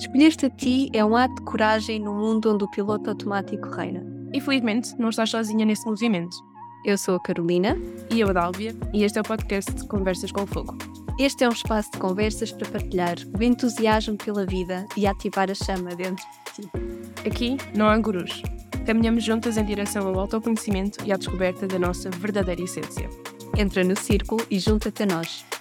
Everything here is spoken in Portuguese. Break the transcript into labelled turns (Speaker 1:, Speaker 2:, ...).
Speaker 1: Escolher-te a ti é um ato de coragem no mundo onde o piloto automático reina.
Speaker 2: Infelizmente, não estás sozinha nesse movimento.
Speaker 1: Eu sou a Carolina.
Speaker 2: E eu, a Dálvia, e este é o podcast de Conversas com Fogo.
Speaker 1: Este é um espaço de conversas para partilhar o entusiasmo pela vida e ativar a chama dentro de ti.
Speaker 2: Aqui não há gurus. Caminhamos juntas em direção ao autoconhecimento e à descoberta da nossa verdadeira essência.
Speaker 1: Entra no círculo e junta-te a nós.